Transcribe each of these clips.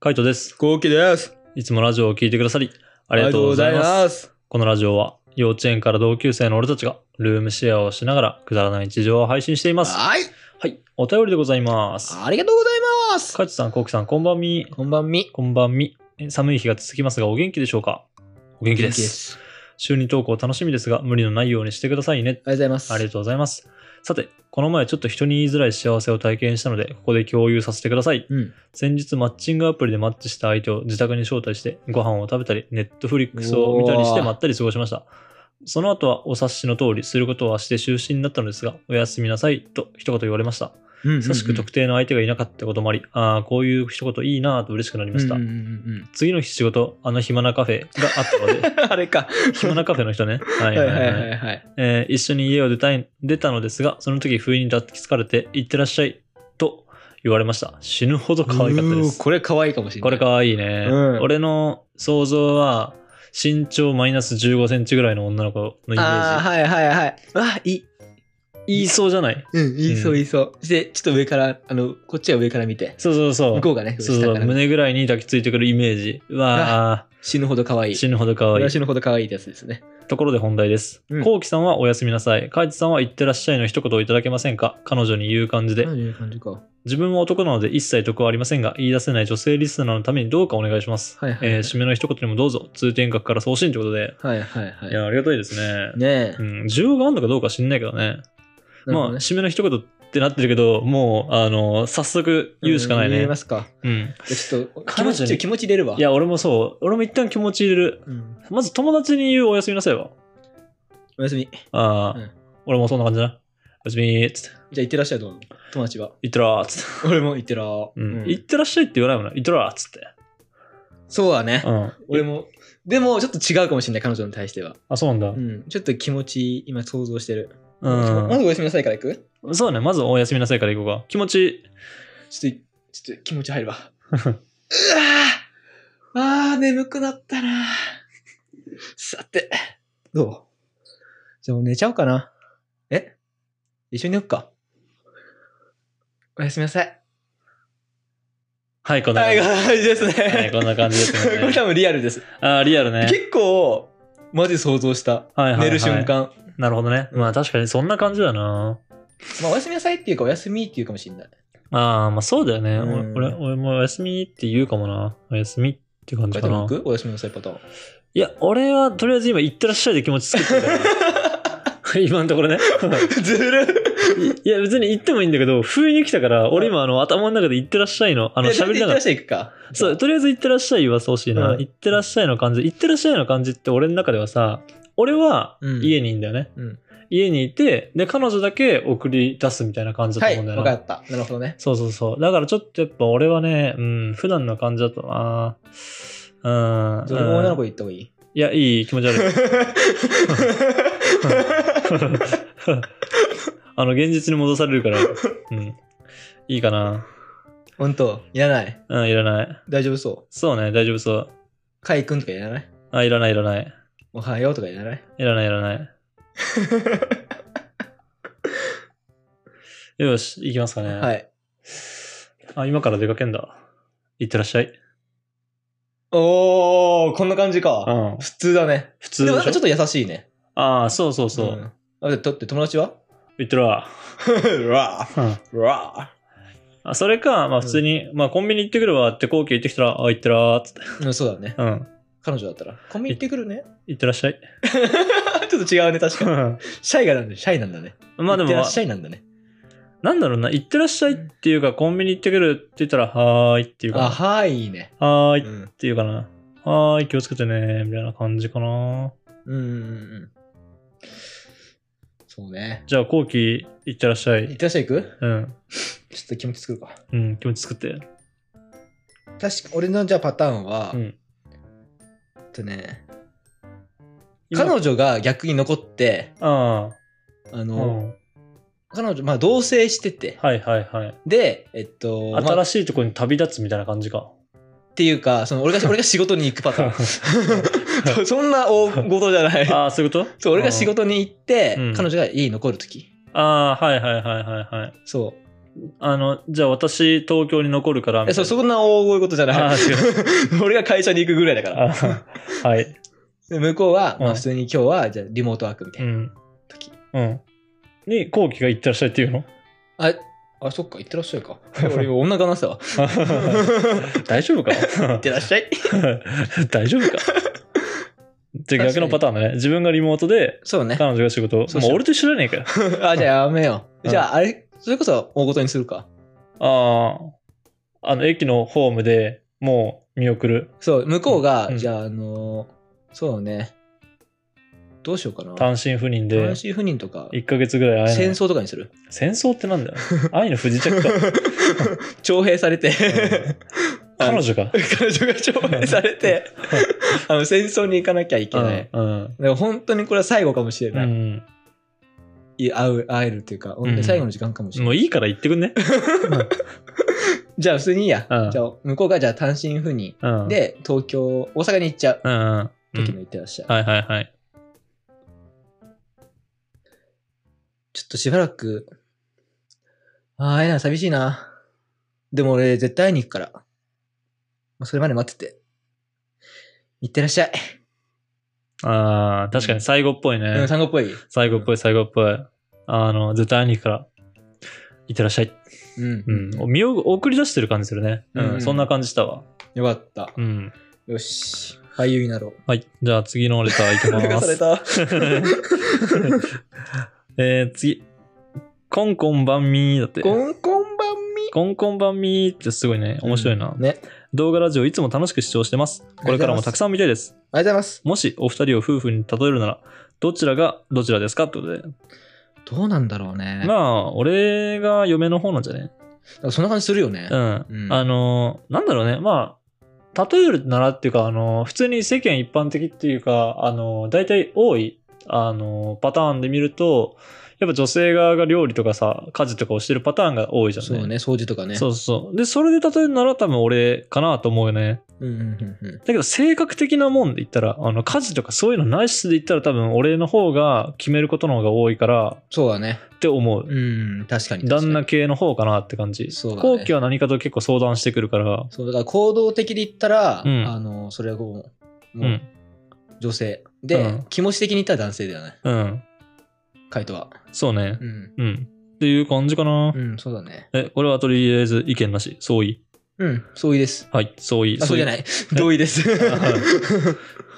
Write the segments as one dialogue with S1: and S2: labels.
S1: カイトです。
S2: 後期です。
S1: いつもラジオを聞いてくださり、ありがとうございます。
S2: す。
S1: このラジオは、幼稚園から同級生の俺たちが、ルームシェアをしながら、くだらない日常を配信しています。
S2: はい。
S1: はい、お便りでございます。
S2: ありがとうございます。
S1: カイトさん、コウキさん、こんばんみ。
S2: こんばんみ。
S1: こんばんみ。え寒い日が続きますが、お元気でしょうかお元気です。
S2: す。
S1: 週に投稿楽しみですが、無理のないようにしてくださいね。
S2: ありがとうございます。
S1: ありがとうございます。さて、この前ちょっと人に言いづらい幸せを体験したので、ここで共有させてください。
S2: うん。
S1: 先日マッチングアプリでマッチした相手を自宅に招待して、ご飯を食べたり、ネットフリックスを見たりして
S2: おー
S1: まったり過ごしました。その後はお察しの通り、することはして就寝になったのですが、おやすみなさいと一言言われました。
S2: うん
S1: 久しく特定の相手がいなかったこともあり、ああ、こういう一言いいなぁと嬉しくなりました。
S2: うんうんうん
S1: 次の日仕事、あの暇なカフェがあったの
S2: う
S1: で、
S2: んあれか。
S1: 暇なカフェの人ね。は
S2: はいい
S1: は
S2: はいい
S1: は、
S2: はいいはい。
S1: えー一緒に家を出たい出たのですが、その時不意に抱きつかれて、行ってらっしゃいと言われました。死ぬほど可愛かったで
S2: う
S1: す
S2: ー。これ可愛いかもしれない。
S1: これ可愛いね、
S2: うん
S1: 俺の想像は身長マイナス15センチぐらいの女の子のイメージ。
S2: ああ、はいはいはい。あ、いい。
S1: 言いそうじゃない
S2: うん、いいそうう、
S1: ん
S2: いいそう。で、ちょっと上から、あの、こっちは上から見て。
S1: そうそうそう。
S2: 向こうがね、
S1: そうそう
S2: 下から見て
S1: 胸ぐらいに抱きついてくるイメージ。うわ
S2: 死ぬほど可愛
S1: ー
S2: い。
S1: 死ぬほど可
S2: これ
S1: 愛い
S2: は。死ぬほど可愛いってやつですね。
S1: ところで本題です。
S2: うん
S1: こうき、さんはおやすみなさい。かいちさんは行ってらっしゃいの一言をいただけませんか彼女に言う感じで。
S2: 何いう感じか。は
S1: 自分は男なので一切得はありませんが、言い出せない女性リスナーのためにどうかお願いします。
S2: いはい。
S1: えー締めの一言にもどうぞ。通天閣から送信ということで。
S2: はいはいはいい。
S1: や、ありがたいですね。
S2: ね
S1: うん、需要があるのかどうかは知んないけどね。
S2: え。
S1: まあ、締めの一言ってなってるけど、もう、あの、早速言うしかない
S2: ん言
S1: ね
S2: えま。すか。
S1: うん。
S2: いやちょっと、気
S1: 彼
S2: 持
S1: 女に
S2: ち、ちょ気持ち入れるわ。
S1: いや、俺もそう。俺も一旦気持ち入れる。
S2: うん、
S1: まず友達に言うおやすみなさいは。
S2: おやすみ。じゃ
S1: ああ、
S2: うん
S1: 俺もそんな感じだな。おやすみーっつって。
S2: あ、行ってらっしゃい、どうも。友達は。
S1: いってらーっつって。
S2: 俺も行ってらー。
S1: うん。
S2: う
S1: 行っ
S2: ん
S1: てらっしゃいって言わないもんな。いってらーっつって。
S2: そうだね
S1: う。ん。
S2: 俺も。でも、ちょっと違うかもしれない、彼女に対しては。
S1: あ、そうなんだ。う
S2: うん。ちょっと気持ち、今想像してる。ま
S1: ん。
S2: ずおやすみなさいから行く
S1: そうだね。まずおやすみなさいから行こうか。気持ち、
S2: ちょっと、ちょっと気持 ち入るわ。うわーあー、眠くなったなさて、どうじゃあもう寝ちゃおうかな。え一緒に寝よっか。おやすみなさい。
S1: はい、こんな
S2: は
S1: 感
S2: い、
S1: じ。
S2: はい、ですね。
S1: はい、 こんな感じですね
S2: これ多分リアルです。
S1: ああ、リアル ね。
S2: 結構、マジ想像した。
S1: はいはいはい
S2: 寝る瞬。間。
S1: なるほどね。まあ確かにそんな感じだな。
S2: まあ、おやすみなさいっていうか、おやすみっていうかもしれない。
S1: ああ、まあそうだよね。
S2: うん
S1: 俺、俺俺もおやすみって言うかもな。おやすみって感
S2: 書
S1: じ
S2: い
S1: か
S2: ても
S1: な
S2: 行。くおやすみなさいパターン。
S1: いや、俺はとりあえず今行ってらっしゃいで気持ち作ってる から。今のところね。
S2: ずる
S1: いや、別に行ってもいいんだけど、不意に来たから、俺今あの頭の中で行ってらっしゃいの、あ
S2: あ
S1: の喋りながら。
S2: 行くか。
S1: そう、とりあえず行ってらっしゃい言わせてほしいな。
S2: うん
S1: 行ってらっしゃいの感じ。行ってらっしゃいの感じって俺の中ではさ、俺は
S2: うん
S1: 家にいんだよね。
S2: うん
S1: 家にいて、で、彼女だけ送り出すみたいな感じだ
S2: は
S1: と思うん
S2: い、
S1: だよな。
S2: わかった。なるほどね。
S1: そうそうそう。だからちょっとやっぱ俺はね、うん、普段の感じだとな、うん。
S2: どれも女の子
S1: い
S2: で行った方 がいい
S1: や、いい気持ち悪い。あの、現実に戻されるから、うん。いいかな。
S2: 本当いらない。
S1: うん、いらない。
S2: 大丈夫そう。
S1: そうね、大丈夫そう。
S2: かいくんとかいらない
S1: あ、いらない、いらない。
S2: おはようとかいらない
S1: いらない、いら ない。よし、行きますかね。
S2: はい。
S1: あ、今から出かけんだ。行ってらっしゃい。
S2: おー、こんな感じ
S1: う
S2: か。
S1: ん。
S2: 普通だね。
S1: 普通
S2: で
S1: で
S2: もなん
S1: しょ
S2: かちょっと優しいね。
S1: ああ、そうそうそう。
S2: ん。あ、で、とって友達は
S1: 行ってら。
S2: うわ
S1: うん。
S2: ー。うわ
S1: あそれか、まあ普通に、まあコンビニ行ってくるわって後期行ってきたら、あ、行ってらーっつって。
S2: ー。うん、そうだね。
S1: うん。
S2: 彼女だったら。コンビニ行ってくるね。
S1: 行ってらっしゃい。
S2: ちょっと違うね、確かに。シャイがなんで、シャイなんだね。
S1: まあで
S2: 行ってら
S1: も
S2: っ、しゃいなんだね。
S1: なんだろうな、行ってらっしゃいっていうか、コンビニ行ってくるって言ったら、はーいっていうか、
S2: あ、はい、いいね。
S1: はー
S2: う
S1: いっ
S2: ん。
S1: ていうかな。はーい、気をつけてね、みたいな感じかな。
S2: うんうんうんうん。そうね。
S1: じゃあ後期行ってらっしゃ
S2: 行っ
S1: い。
S2: てらっしゃい行く
S1: うん。
S2: ちょっと気持ち作るか。
S1: うん、気持ち作って。
S2: 確か、俺のじゃあパターンは、
S1: う
S2: え
S1: ん。
S2: っとね、
S1: 今
S2: 彼女が逆に残って、
S1: あ
S2: あ
S1: あ、う
S2: の、
S1: ん。
S2: 彼女、まあ同棲してて、
S1: はいはいはい。
S2: で、えっと、まあ
S1: 新
S2: っ
S1: しいとこに旅立つみたいな感じ か。
S2: ていうか、その 俺が、俺が仕事に行くパターン そう。そんな大ごとじゃない。
S1: ああ、そういうこと
S2: そう、俺が仕
S1: うん
S2: 事に行って
S1: うん、
S2: 彼女が家に残るとき。
S1: ああ、はいはいはいはいはい。
S2: そう。
S1: あの、じゃあ私、東京に残るからみた
S2: え、そ、
S1: いうな。
S2: そんな大声ことじ
S1: あ
S2: ゃない。
S1: ー違
S2: 俺が会社に行くぐらいだから。
S1: う。 はい。
S2: で向こうは、ま
S1: う
S2: あ
S1: ん
S2: 普通に今日は、じゃあリモートワークみた
S1: う。
S2: いなん時。
S1: うん。に、後期が行ってらっしゃいっていう の
S2: あ、あ、そっか、行ってらっしゃいか。俺、お腹なって たわ。
S1: 大丈夫か
S2: 行ってらっしゃい。
S1: 大丈夫かじゃあ逆のパターンだね。自分がリモートで、
S2: そうね。
S1: 彼女が仕事を。も
S2: そう
S1: う
S2: しよう
S1: 俺と一緒じゃねえかよ。
S2: あ、じゃあやめよ
S1: う
S2: う。
S1: ん
S2: じゃあ、あれ、それこそ大ごとにするか。
S1: ああ。あの、駅のホームでもう見送る。
S2: そう、向こうが、
S1: うん
S2: じゃあ、あのーそうね。どうしようかな。
S1: 単身赴任
S2: 単
S1: で、
S2: 身赴任とか、
S1: 1ヶ月ぐらい会えない
S2: 戦。争とかにする。
S1: 戦争ってなんだよ。愛の不時着か。
S2: 徴兵されて、
S1: 彼女か。
S2: 彼女が徴兵され て、あの戦争に行かなきゃいけない。
S1: うん。
S2: でも本当にこれは最後かもしれ
S1: う
S2: ない。
S1: ん。
S2: い会う会えるっていうか、
S1: ん
S2: 最後の時間かもしれない。
S1: もういいから言ってくんね。
S2: じゃあ、普通にいいや。
S1: うん
S2: じゃあ、向こうがじゃあ単身赴任。
S1: うん。、
S2: で、東京、大阪に行っちゃう。
S1: うんうん。うん
S2: 時の行ってらっしゃ
S1: は
S2: い。
S1: いはいはい。
S2: ちょっとしばらく、ああ、会えない、寂しいな。でも俺、絶対会いに行くから。もうそれまで待ってて。行ってらっしゃい。
S1: ああ、確かに最後っぽい
S2: うん、
S1: ね。
S2: 産後っぽい。
S1: 最後っぽい最後っぽい。あの、絶対会いに行くから。いってらっしゃい。
S2: うん。
S1: うん。身を送り出してる感じするね。う
S2: うん
S1: ん。そんな感じしたわ。
S2: よかった。
S1: うん。
S2: よし。俳優になろ う。
S1: はい。じゃあ次のレターいき ま
S2: 流され
S1: す。
S2: た。
S1: えー、次。コンコンバンミーだって。
S2: こんこんばんみ。
S1: コンコンバンミーってすごいね。面白いな。
S2: ね。
S1: 動画ラジオいつも楽しく視聴してます。これからもたくさん見たいです。
S2: ありがとうございます。
S1: もしお二人を夫婦に例えるなら、どちらがどちらですかってことで。
S2: どうなんだろうね。
S1: まあ、俺が嫁の方なんじゃね
S2: なんかそんな感じするよね。
S1: うん。
S2: うん
S1: あのー、なんだろうね。まあ、例えるならっていうか、あのー、普通に世間一般的っていうか、あのー、大体多い、あのー、パターンで見ると、やっぱ女性側が料理とかさ、家事とかをしてるパターンが多いじゃん
S2: そうね、掃除とかね。
S1: そうそう。で、それで例えるなら多分俺かなと思うよね。
S2: うんうんうんうん。
S1: だけど性格的なもんで言ったら、あの、家事とかそういうのないしで言ったら多分俺の方が決めることの方が多いから
S2: そうだね。
S1: って思う。
S2: うん、確かに確かに。
S1: 旦那系の方かなって感じ。
S2: そうだね
S1: 後期は何かと結構相談してくるから、
S2: そう、だから行動的で言ったら、
S1: うん
S2: あの、それはこう、
S1: う、
S2: もうん女性。で、
S1: うん
S2: 気持ち的に言ったら男性だよね、
S1: うん、
S2: 回答は。
S1: そうね
S2: う。ん。
S1: うん。っていう感じかな
S2: う。ん、そうだね。
S1: え、これはとりあえず意見なし。相違。
S2: うん、相違です。
S1: はい、相違。
S2: あ、そうじ
S1: い。
S2: ゃない。同意です。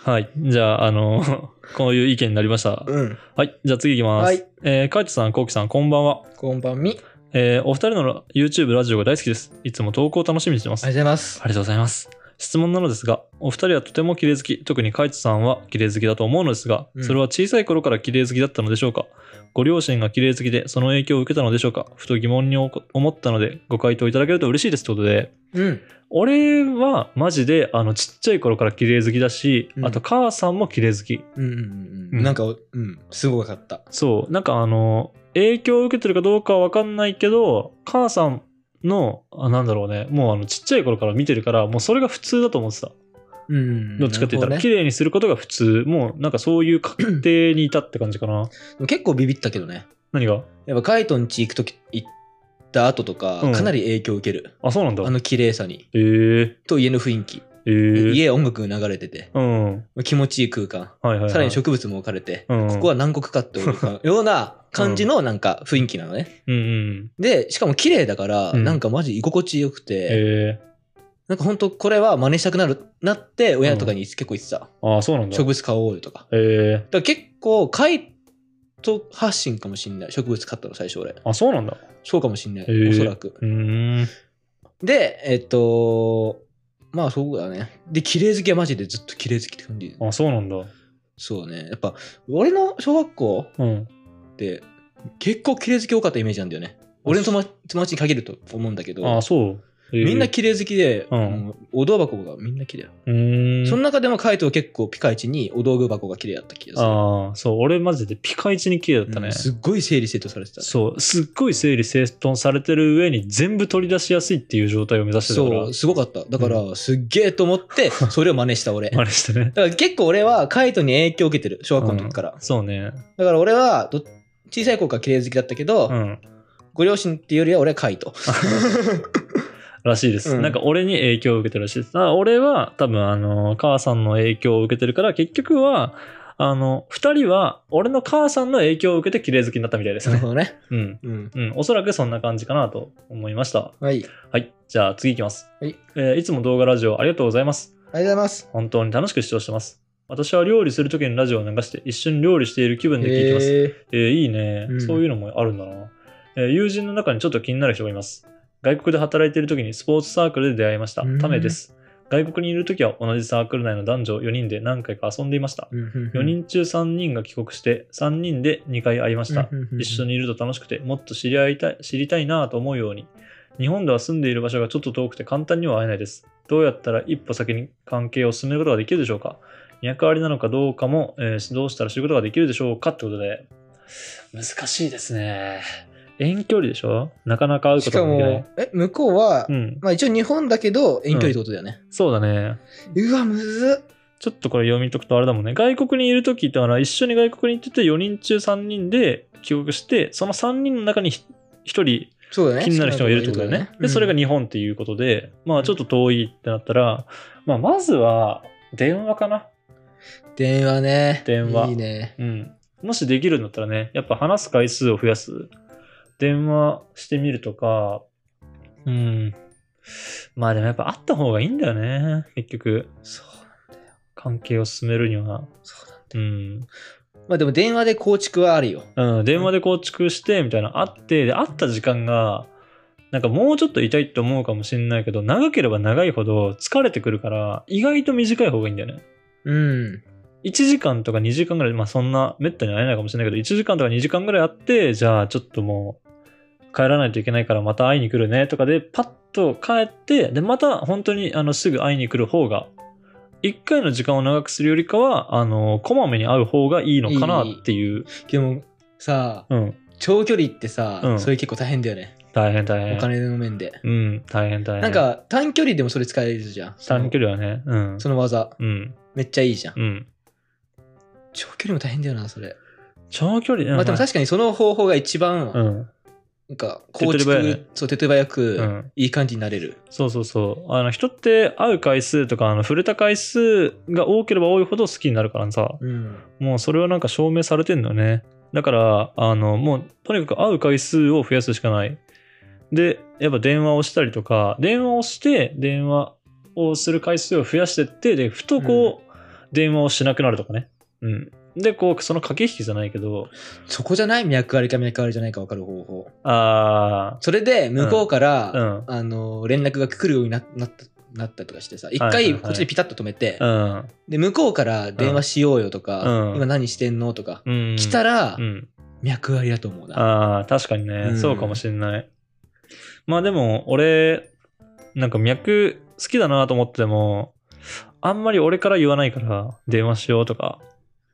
S1: はい。じゃあ、あの、 こういう意見になりました。
S2: うん。
S1: はい、じゃあ次行きます。
S2: はい。
S1: えー、カイトさん、コウキさん、こんばんは。
S2: こんばんみ。ありが
S1: えーお二人の YouTube ラジオが大好きです。いつも投稿を楽しみにしてます。
S2: とうございます。
S1: ありがとうございます。質問なのですが、お二人はとても綺麗好き、特にカイツさんは綺麗好きだと思うのですが、
S2: うん
S1: それは小さい頃から綺麗好きだったのでしょうかご両親が綺麗好きで、その影響を受けたのでしょうかふと疑問に思ったので、ご回答いただけると嬉しいですということで、
S2: うん。
S1: 俺はマジで、あの、ちっちゃい頃から綺麗好きだし、
S2: うん
S1: あと母さんも綺麗好き。
S2: うんうんうん。なんか、うん、すごかった。
S1: そう、なんかあの、影響を受けてるかどうかはわかんないけど、母さんの、あなんだろうね、もうあの、ちっちゃい頃から見てるから、もうそれが普通だと思ってた。
S2: うん。
S1: どっちかって言ったら、
S2: なるほどね
S1: 綺麗にすることが普通。もう、なんかそういう確定にいたって感じかな。
S2: でも結構ビビったけどね。
S1: 何が
S2: やっぱカイトん家行くとき、行った後とか、
S1: うん
S2: かなり影響を受ける。
S1: あ、そうなんだ
S2: あ。の綺麗さに。
S1: えー、
S2: と家の雰囲気。
S1: えー、
S2: 家音楽流れてて。
S1: うん。はい
S2: 気持ちいい空間。
S1: はい、はい。
S2: さらに植物も置かれて、
S1: うん
S2: ここは南国かって思 うかような感じのなんか雰囲気なのね。
S1: うんうん。
S2: で、しかも綺麗だから、
S1: うん
S2: なんかマジ居心地よくて、
S1: え
S2: なんかほんとこれは真似したくなる、なって親とかに結構言ってた。
S1: ー、あ、そうなんだ。
S2: 植物買おうよとか。
S1: え
S2: だから結構、カイト発信かもしんない。植物買ったの最初俺。
S1: ー、あ、そうなんだ。
S2: そうかもしんない。
S1: へー
S2: おそらく。
S1: うーん。
S2: で、えっと、まあそうだね。で、綺麗好きはマジでずっと綺麗好きって感じ。
S1: あ、そうなんだ。
S2: そうね。やっぱ、俺の小学校、
S1: うん。
S2: って結構綺麗好き多かったイメージなんだよね俺の友達友達に限ると思うんだけ
S1: あ、
S2: ど
S1: そう。えー
S2: みんな綺麗好きで、
S1: うん
S2: もうお道箱がみんな綺麗、
S1: うーん。
S2: その中でもカイトは結構ピカイチにお道具箱が綺麗だった気がする
S1: ああ、そう、俺マジでピカイチに綺麗だったね。
S2: うんすっごい整理整頓されてたね
S1: そう、すっごい整理整頓されてる上に全部取り出しやすいっていう状態を目指してたか
S2: そ
S1: ら
S2: う、すごかっただから、すっげえと 思ってそれを真似した俺だ
S1: 真
S2: か
S1: 似してね。
S2: ら結構俺はカイトに影響を受けてる小学校の時から、
S1: そうね。
S2: だから俺はど小さい頃から綺麗好きだったけど、
S1: うん。
S2: ご両親っていうよりは俺はカイト。
S1: らしいです。
S2: うん
S1: なんか俺に影響を受けてるらしいです。だから俺は多分あの、母さんの影響を受けてるから、結局は、あの、二人は俺の母さんの影響を受けて綺麗好きになったみたいです
S2: な
S1: ね
S2: るほ。どね。
S1: うん。
S2: うん。
S1: うん。おそらくそんな感じかなと思いました。
S2: はい。あり
S1: はい。じゃあ次いきます。
S2: はい。
S1: えーいつも動画ラジオありがとうございます。
S2: がとうございます。
S1: 本当に楽しく視聴してます。私は料理するときにラジオを流して一緒に料理している気分で聞いてます。
S2: へー
S1: えーいいね、
S2: うん
S1: そういうのもあるんだな、えー友人の中にちょっと気になる人がいます。外国で働いている時にスポーツサークルで出会いました
S2: うん。
S1: ためです。外国にいる時は同じサークル内の男女4人で何回か遊んでいました。
S2: うんうんうん
S1: 4人中3人が帰国して、3人で2回会いました。
S2: うんうんうん
S1: 一緒にいると楽しくて、もっと知り合いたい知りたいなぁと思うように。日本では住んでいる場所がちょっと遠くて簡単には会えないです。どうやったら一歩先に関係を進めることができるでしょうか役割なのかどうかも、えーどうしたら知ることができるでしょうかってことで。難しいですね。遠距離でしょなかなか会うこ
S2: し
S1: と
S2: か
S1: ができない
S2: も。、え、向こうは、
S1: うん。
S2: まあ一応日本だけど遠距離ってことだよね。
S1: そうだね。
S2: うわ、むずっ。
S1: ちょっとこれ読み解くとあれだもんね。外国にいるときってのは一緒に外国に行ってて4人中3人で帰国して、その3人の中にひ1人
S2: そうだね。
S1: 気になる人がいるってことだよね。で、それが
S2: うん
S1: 日本っていうことで、まあちょっと遠いってなったら、まあまずは電話かな。
S2: 電話ね。
S1: 電話
S2: いいね。
S1: うん。もしできるんだったらね、やっぱ話す回数を増やす。電話してみるとか、うん。まあでもやっぱ会った方がいいんだよね。結局、
S2: そう
S1: 関係を進めるには。
S2: そうなんだ。
S1: うん。
S2: まあでも電話で構築はあるよ。
S1: うん、電話で構築してみたいなあってで会った時間がなんかもうちょっと痛いって思うかもしれないけど長ければ長いほど疲れてくるから意外と短い方がいいんだよね
S2: うん。
S1: 1時間とか2時間ぐらいまあそんなめったに会えないかもしれないけど1時間とか2時間ぐらいあってじゃあちょっともう帰らないといけないからまた会いに来るねとかでパッと帰ってでまた本当にあのすぐ会いに来る方が1回の時間を長くするよりかはあのこまめに会う方がいいのかなっていう
S2: でもさ、
S1: うん
S2: 長距離ってさ、
S1: うん
S2: それ結構大変だよね。
S1: 大変大変
S2: お金の面で。
S1: うん、大変大変。
S2: なん、か短距離でもそれ使えるじゃん。
S1: 短距離はね、うん。
S2: そのその技。
S1: うん、
S2: めっちゃいいじゃん。
S1: うん。
S2: 長距離も大変だよな、それ。
S1: 長距離、
S2: まあでも確かにその方法が一
S1: う
S2: 番、
S1: ん。
S2: なんか
S1: 手っ
S2: 構
S1: 取り早いね
S2: 築、そう、手っ取り早
S1: う
S2: く、
S1: ん。
S2: いい感じになれる。
S1: そうそうそう。あの、人って会う回数とか、あの、触れた回数が多ければ多いほど好きになるからさ、
S2: うん。
S1: もうそれはなんか証明されてんだよね。だから、あの、もう、とにかく会う回数を増やすしかない。で、やっぱ電話をしたりとか、電話をして、電話をする回数を増やしてって、で、ふとこう、電話をしなくなるとかね。うん。で、こう、その駆け引きじゃないけど、
S2: そこじゃない脈ありか脈ありじゃないか分かる方法。
S1: あ
S2: それで、向こうから、
S1: あ、うん。
S2: あの、連絡が来るようにななった。なったとかしてさ一
S1: はいはい
S2: 回
S1: はい
S2: こっちでピタッと止めて、
S1: うん。
S2: で向こうから電話しようよとか、
S1: うん
S2: 今何してんのとか、
S1: うん。
S2: 来たら
S1: うん。
S2: 脈ありだと思うな、
S1: ああ、確かにね、
S2: うん
S1: そうかもしれない。まあでも、俺、なんか脈好きだなと思ってても、あんまり俺から言わないから、電話しようとか、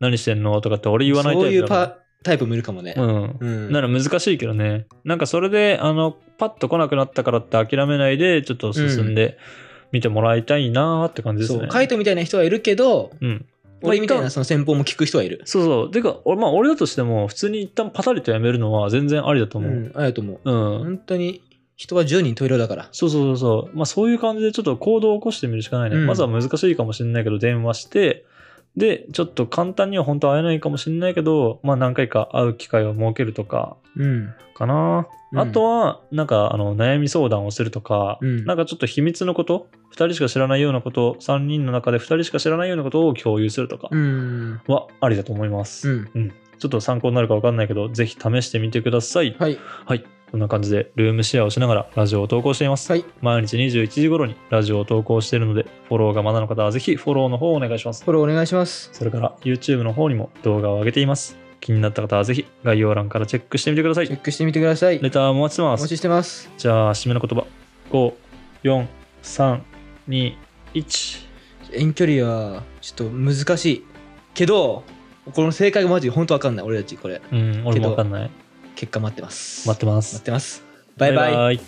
S1: 何してんのとかって俺言わない
S2: そういう
S1: だから
S2: パタイプもいるかもね、
S1: うん。
S2: うん
S1: なら難しいけどね。なんかそれで、あの、パッと来なくなったからって諦めないで、ちょっと進んで見てもらいたいなって感じです
S2: そう
S1: ね。
S2: カイトみたいな人はいるけど
S1: うん。
S2: 俺みたい
S1: まあ
S2: なその先方も聞く人はいる、
S1: そうそう。てか、俺まあ、俺だとしても、普通に一旦パタリとやめるのは全然ありだと
S2: う
S1: 思う。
S2: ん、ありだと思う
S1: うん。
S2: 本当に人は10人十色だから
S1: そうそうそうそう。まあ、そういう感じでちょっと行動を起こしてみるしかないね。
S2: うん
S1: まずは難しいかもしれないけど、電話して、で、ちょっと簡単には本当会えないかもしれないけど、まあ、何回か会う機会を設けるとか、
S2: うん
S1: かな。
S2: うん
S1: あとは、なんか、あの、悩み相談をするとか、
S2: うん
S1: なんかちょっと秘密のこと、2人しか知らないようなこと、3人の中で2人しか知らないようなことを共有するとか
S2: うん、
S1: はありだと思います。
S2: うん、
S1: ちょっと参考になるか分かんないけど、ぜひ試してみてください。
S2: はい
S1: はい。こんな感じで、ルームシェアをしながらラジオを投稿しています。
S2: はい
S1: 毎日21時頃にラジオを投稿しているので、フォローがまだの方はぜひフォローの方をお願いします。
S2: フォローお願いします
S1: それから、YouTube の方にも動画を上げています。気になった方はぜひ概要欄からチェックしてみてくださ
S2: チェ
S1: い。
S2: ックしてみてください
S1: レターもお待ちして
S2: お
S1: ま
S2: 待
S1: す。
S2: ちしてます
S1: じゃあ、締めの言葉。5、4、3、2、1。
S2: 遠距離はちょっと難しいけどこの正解がマジ本当わかんない俺たちこれ
S1: うん、俺もわかんない。
S2: 結果待ってます
S1: 待ってま
S2: 待っ
S1: す。
S2: てますバイバイ
S1: イ